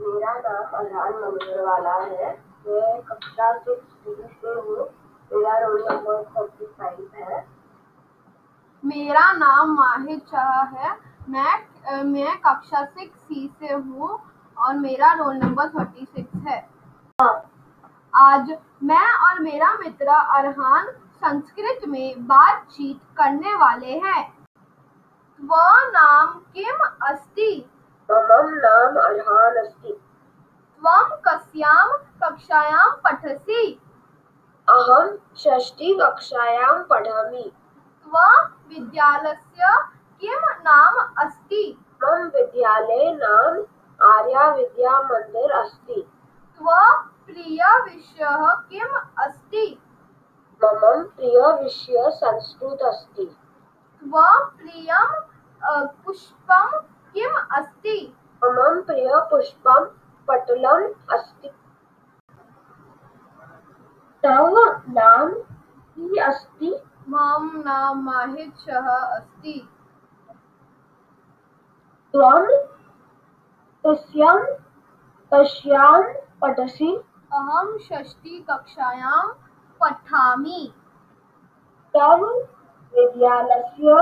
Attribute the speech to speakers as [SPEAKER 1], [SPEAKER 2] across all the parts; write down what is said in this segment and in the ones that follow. [SPEAKER 1] मेरा नाम अरहान मनुजरवाला है मैं कक्षा सिक्स बी से हूँ मेरा रोल नंबर फोर्टी फाइव है
[SPEAKER 2] मेरा नाम माहिर शाह है मैं अ, मैं कक्षा सिक्स सी से हूँ और मेरा रोल नंबर थर्टी सिक्स है आज मैं और मेरा मित्र अरहान संस्कृत में बातचीत करने वाले हैं वह नाम किम अस्ति
[SPEAKER 1] मम नाम अरहान अस्ति
[SPEAKER 2] त्वं कस्यां कक्षायां पठसि
[SPEAKER 1] अहम षष्ठी कक्षायां पठामि
[SPEAKER 2] त्वं विद्यालयस्य किं नाम अस्ति
[SPEAKER 1] मम विद्यालये नाम आर्या विद्या मंदिर अस्ति
[SPEAKER 2] त्वं प्रियविषयः किम् अस्ति
[SPEAKER 1] मम प्रिय विषय संस्कृत अस्ति
[SPEAKER 2] त्व प्रियं अ, पुष्पं किम् अस्ति
[SPEAKER 1] मम प्रिय पुष्पम पटलम अस्ति तव नाम की अस्ति
[SPEAKER 2] मम नाम माहितः अस्ति
[SPEAKER 1] त्वं तस्यां तस्यां पठसि
[SPEAKER 2] अहं षष्ठीकक्षायां पठामि
[SPEAKER 1] तव विद्यालयस्य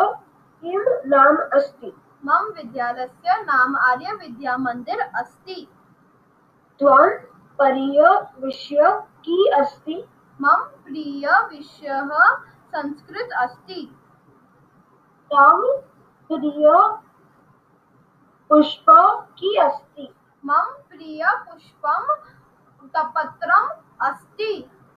[SPEAKER 1] किं नाम अस्ति
[SPEAKER 2] मम विद्यालयस्य नाम आर्यविद्यामन्दिर अस्ति
[SPEAKER 1] त्वं पर्यविष्य की अस्ति
[SPEAKER 2] मम प्रियविषयः संस्कृत अस्ति
[SPEAKER 1] तव प्रिय पुष्प की अस्ति
[SPEAKER 2] मम प्रियपुष्पं तपत्रम् अस्ति